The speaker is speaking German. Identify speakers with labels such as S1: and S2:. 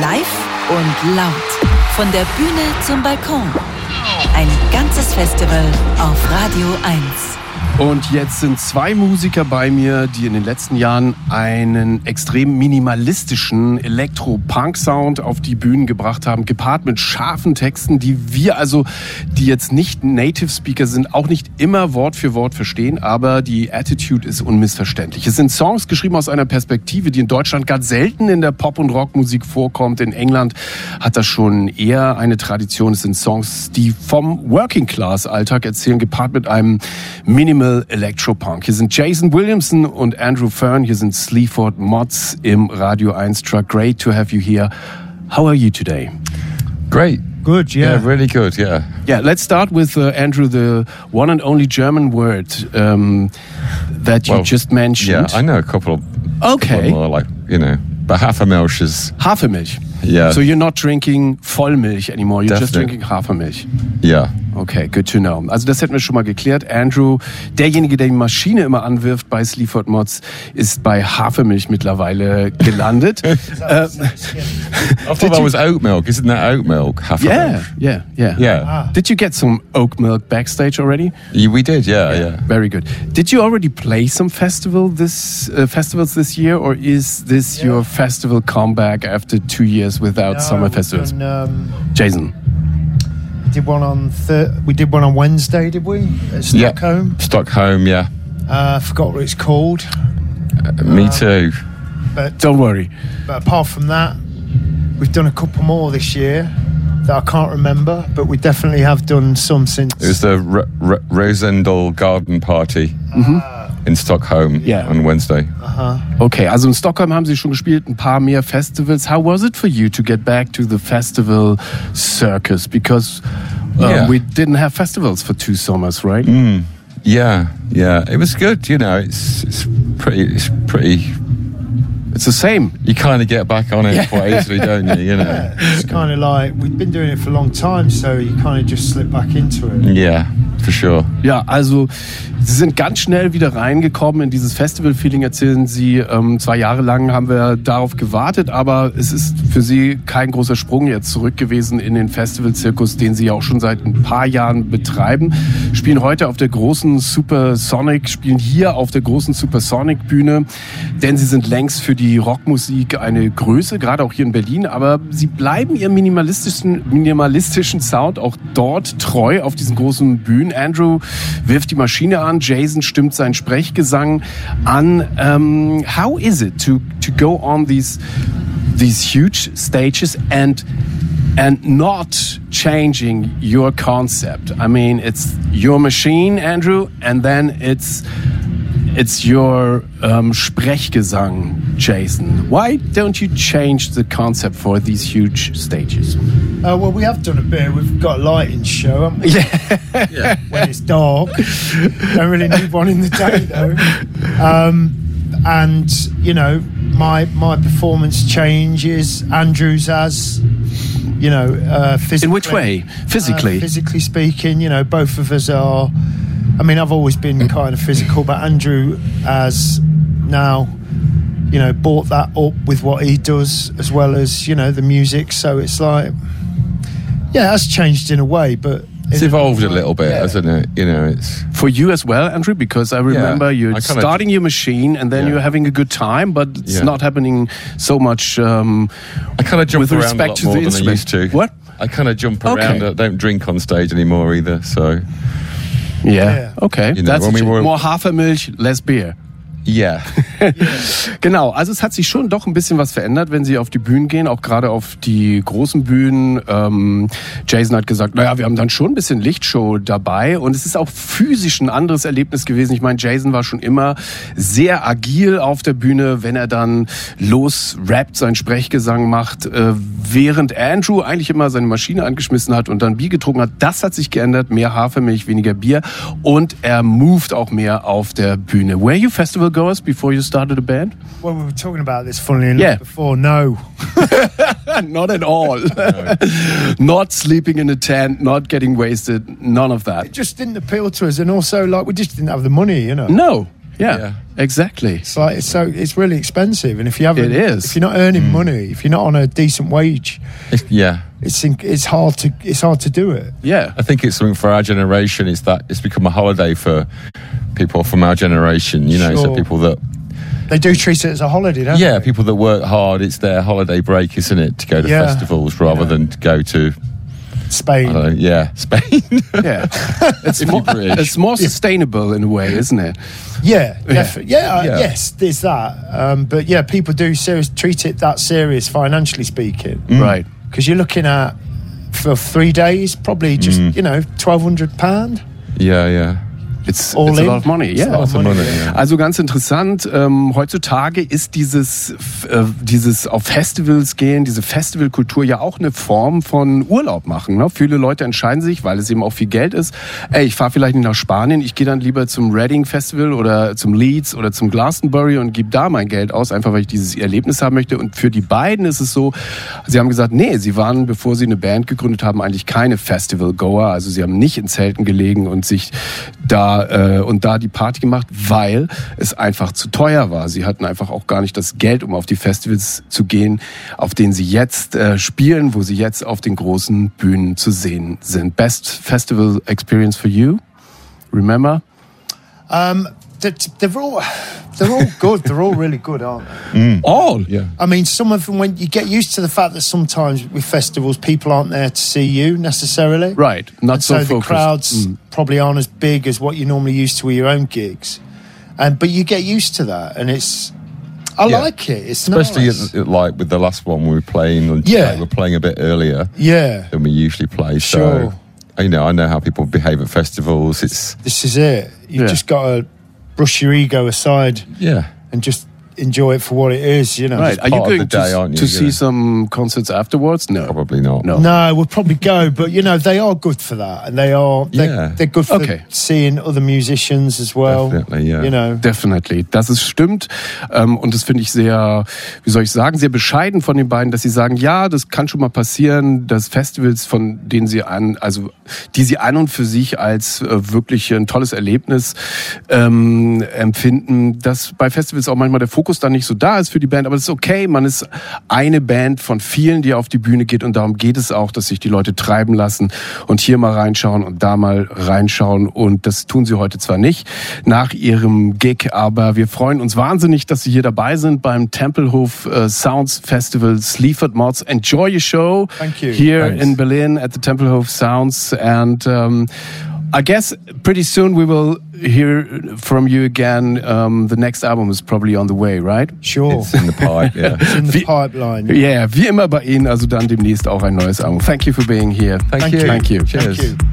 S1: Live und laut. Von der Bühne zum Balkon. Ein ganzes Festival auf Radio 1.
S2: Und jetzt sind zwei Musiker bei mir, die in den letzten Jahren einen extrem minimalistischen Elektro-Punk-Sound auf die Bühnen gebracht haben, gepaart mit scharfen Texten, die wir also, die jetzt nicht Native Speaker sind, auch nicht immer Wort für Wort verstehen, aber die Attitude ist unmissverständlich. Es sind Songs geschrieben aus einer Perspektive, die in Deutschland ganz selten in der Pop- und Rockmusik vorkommt. In England hat das schon eher eine Tradition. Es sind Songs, die vom Working-Class-Alltag erzählen, gepaart mit einem Minimal Electropunk. Hier sind Jason Williamson und Andrew Fern. Hier sind Sleaford Mods im Radio 1 Truck. Great to have you here. How are you today?
S3: Great.
S4: Good, yeah.
S3: Yeah, really good, yeah.
S2: Yeah, let's start with uh, Andrew, the one and only German word um, that you
S3: Well,
S2: just mentioned.
S3: Yeah, I know a couple of
S2: Okay.
S3: couple more, like, you know, but half a milk is,
S2: Hafermilch.
S3: Yeah.
S2: So you're not drinking Vollmilch anymore. You're just
S3: Definitely.
S2: drinking Hafermilch.
S3: yeah.
S2: Okay, good to know. Also das hätten wir schon mal geklärt. Andrew, derjenige, der die Maschine immer anwirft bei Sleaford Mods, ist bei Hafermilch mittlerweile gelandet. Äh,
S3: I thought that was oat milk. Isn't that oat milk? Half a
S2: yeah,
S3: milk.
S2: yeah, yeah.
S3: Yeah.
S2: Did you get some oat milk backstage already?
S3: Yeah, We did, yeah, yeah.
S2: Very good. Did you already play some festival this uh, festivals this year, or is this your festival comeback after two years without summer
S4: we've
S2: festivals?
S4: done, um,
S2: Jason.
S4: we did one on thir- we did one on Wednesday, did we? At
S3: Yeah.
S4: Stockholm.
S3: Stockholm, yeah.
S4: Uh, forgot what it's called.
S3: Me too.
S4: But,
S2: Don't worry.
S4: but apart from that, we've done a couple more this year that I can't remember, but we definitely have done some since.
S3: It was the R- R- Rosendal Garden Party in Stockholm
S2: Yeah.
S3: on Wednesday.
S2: Okay, also in Stockholm haben Sie schon gespielt, ein paar mehr Festivals. How was it for you to get back to the festival circus? Because uh,
S3: Yeah.
S2: we didn't have festivals for two summers, right?
S3: Yeah, yeah. It was good, you know. It's it's pretty it's pretty
S2: It's the same.
S3: you kind of get back on it quite easily, don't you, you know.
S4: It's kind of like we've been doing it for a long time, so you kind of just slip back into it.
S3: Yeah, for sure.
S2: Ja, also Sie sind ganz schnell wieder reingekommen in dieses Festival-Feeling, erzählen Sie. Ähm, zwei Jahre lang haben wir darauf gewartet, aber es ist für Sie kein großer Sprung jetzt zurück gewesen in den Festival-Zirkus, den Sie ja auch schon seit ein paar Jahren betreiben. Spielen heute auf der großen Supersonic, spielen hier auf der großen Supersonic-Bühne, denn Sie sind längst für die Rockmusik eine Größe, gerade auch hier in Berlin, aber Sie bleiben Ihrem minimalistischen, minimalistischen Sound auch dort treu auf diesen großen Bühnen. Andrew wirft die Maschine an, Jason stimmt seinen Sprechgesang an. Um, how is it to to go on these these huge stages and and not changing your concept? I mean, it's your machine, Andrew, and then it's it's your um, Sprechgesang, Jason. Why don't you change the concept for these huge stages?
S4: Uh, well, we have done a bit. We've got a lighting show, haven't we?
S3: Yeah.
S4: when it's dark. Don't really need one in the day though. Um, and you know, my my performance changes. Andrews as you know, uh, physically.
S2: In which way? Physically?
S4: Uh, physically speaking, you know, both of us are. I mean, I've always been kind of physical, but Andrew has now, you know, brought that up with what he does as well as you know the music. So it's like, yeah, that's changed in a way, but
S3: It's
S4: in another
S3: evolved a
S4: way-
S3: little bit,
S4: yeah.
S3: hasn't it? You know, it's
S2: for you as well, Andrew, because I remember
S3: I
S2: you're
S3: kinda-
S2: starting your machine and then
S3: Yeah.
S2: you're having a good time, but it's
S3: Yeah.
S2: not happening so much. Um,
S3: I kind of jump
S2: With
S3: around
S2: respect
S3: a lot
S2: to
S3: more
S2: the
S3: than
S2: instrument.
S3: I used to.
S2: What?
S3: I kind of jump
S2: Okay.
S3: around. I don't drink on stage anymore either. So
S2: yeah,
S4: Yeah.
S2: okay.
S3: You know,
S2: That's
S3: when we were-
S2: more Hafermilch, less beer.
S3: yeah,
S2: Genau, also es hat sich schon doch ein bisschen was verändert, wenn sie auf die Bühnen gehen, auch gerade auf die großen Bühnen. Ähm, Jason hat gesagt, naja, wir haben dann schon ein bisschen Lichtshow dabei und es ist auch physisch ein anderes Erlebnis gewesen. Ich meine, Jason war schon immer sehr agil auf der Bühne, wenn er dann losrappt, seinen Sprechgesang macht, äh, während Andrew eigentlich immer seine Maschine angeschmissen hat und dann Bier getrunken hat. Das hat sich geändert, mehr Hafermilch, weniger Bier und er moved auch mehr auf der Bühne. Were you festival goers before you started a band?
S4: Well, we were talking about this, funnily enough,
S2: Yeah.
S4: before. No,
S2: Not at all. not sleeping in a tent, not getting wasted, none of
S4: it
S2: that.
S4: just didn't appeal to us, and also like we just didn't have the money, you know.
S2: No. Yeah,
S3: Yeah.
S2: exactly.
S4: It's like it's so it's really expensive, and if you haven't,
S2: It is. Hmm.
S4: If you're not earning money, if you're not on a decent wage,
S3: It's- yeah.
S4: it's in, it's hard to it's hard to do it.
S2: Yeah,
S3: I think it's something for our generation. Is that it's become a holiday for people from our generation. You know, so
S4: Sure.
S3: people that
S4: They do treat it as a holiday, don't
S3: yeah,
S4: they?
S3: people that work hard. It's their holiday break, isn't it? To go to
S4: Yeah.
S3: festivals rather than to go to I
S4: Spain.
S3: don't know. Yeah, Spain.
S2: yeah. It's
S3: If
S2: more,
S3: you're rich.
S2: it's more sustainable in a way, isn't it?
S4: Yeah, yeah, yeah, uh,
S3: Yeah.
S4: yes, there's that. Um, but yeah, people do serious treat it that serious financially speaking,
S2: Right.
S4: because you're looking at for three days probably just
S2: Mm.
S4: you know twelve hundred pound.
S3: yeah, yeah.
S2: It's,
S4: All
S2: it's a
S4: in.
S2: lot of money.
S4: It's a
S2: Yeah.
S4: lot of
S3: Lots of
S4: Money,
S3: money.
S4: yeah.
S3: Yeah.
S2: Also ganz interessant, ähm, heutzutage ist dieses, f- äh, dieses auf Festivals gehen, diese Festivalkultur ja auch eine Form von Urlaub machen. Ne? Viele Leute entscheiden sich, weil es eben auch viel Geld ist, ey, ich fahre vielleicht nicht nach Spanien, ich gehe dann lieber zum Reading Festival oder zum Leeds oder zum Glastonbury und gebe da mein Geld aus, einfach weil ich dieses Erlebnis haben möchte. Und für die beiden ist es so, sie haben gesagt, nee, sie waren, bevor sie eine Band gegründet haben, eigentlich keine Festival-Goer. Also sie haben nicht in Zelten gelegen und sich da äh, und da die Party gemacht, weil es einfach zu teuer war. Sie hatten einfach auch gar nicht das Geld, um auf die Festivals zu gehen, auf denen sie jetzt äh, spielen, wo sie jetzt auf den großen Bühnen zu sehen sind. Best Festival Experience for you, remember?
S4: Um, they're, they're all they're all good. they're all really good, aren't they?
S3: Hmm.
S2: All.
S3: Yeah.
S4: I mean, some of them when you get used to the fact that sometimes with festivals people aren't there to see you necessarily,
S2: Right, not
S4: and
S2: so,
S4: so, the
S2: focused. Mm.
S4: crowds probably aren't as big as what you're normally used to with your own gigs, and but you get used to that, and it's I
S3: Yeah.
S4: like it. It's
S3: Especially
S4: nice.
S3: at- at, like with the last one we were playing. on-
S4: Yeah.
S3: like, we're playing a bit earlier
S4: yeah,
S3: than we usually play.
S4: Sure.
S3: So, you know, I know how people behave at festivals. It's
S4: this is it. You
S2: Yeah.
S4: just got to brush your ego aside
S3: yeah.
S4: and just enjoy it for what it is. You know,
S2: Right, are you
S3: part of the
S2: going
S3: day,
S2: to,
S3: aren't you?
S2: to
S3: You know?
S2: see some concerts afterwards? No.
S3: Probably not.
S2: No.
S4: No, we'll probably go, but you know they are good for that, and they are they,
S3: Yeah.
S4: they're good for
S2: Okay.
S4: seeing other musicians as well.
S3: Definitely, yeah.
S4: You know,
S2: Definitely. Das ist stimmt. Ähm, und das finde ich sehr, wie soll ich sagen, sehr bescheiden von den beiden, dass sie sagen, ja, das kann schon mal passieren, dass Festivals, von denen sie an, also, die sie an und für sich als äh, wirklich ein tolles Erlebnis ähm, empfinden, dass bei Festivals auch manchmal der Fokus dann nicht so da ist für die Band, aber das ist okay. Man ist eine Band von vielen, die auf die Bühne geht und darum geht es auch, dass sich die Leute treiben lassen und hier mal reinschauen und da mal reinschauen und das tun sie heute zwar nicht nach ihrem Gig, aber wir freuen uns wahnsinnig, dass sie hier dabei sind beim Tempelhof äh, Sounds Festival Sleaford Mods. Enjoy your show
S4: Thank you.
S2: here
S3: Thanks.
S2: in Berlin at the Tempelhof Sounds and um, I guess pretty soon we will hear from you again. Um, the next album is probably on the way, right?
S4: sure,
S3: It's in the pipe. Yeah.
S4: in the
S2: Wie-
S4: pipeline.
S2: Yeah, wie immer bei Ihnen, also dann demnächst auch ein neues Album. Thank you for being here.
S3: Thank you.
S2: Thank you.
S3: Cheers.
S4: Thank you.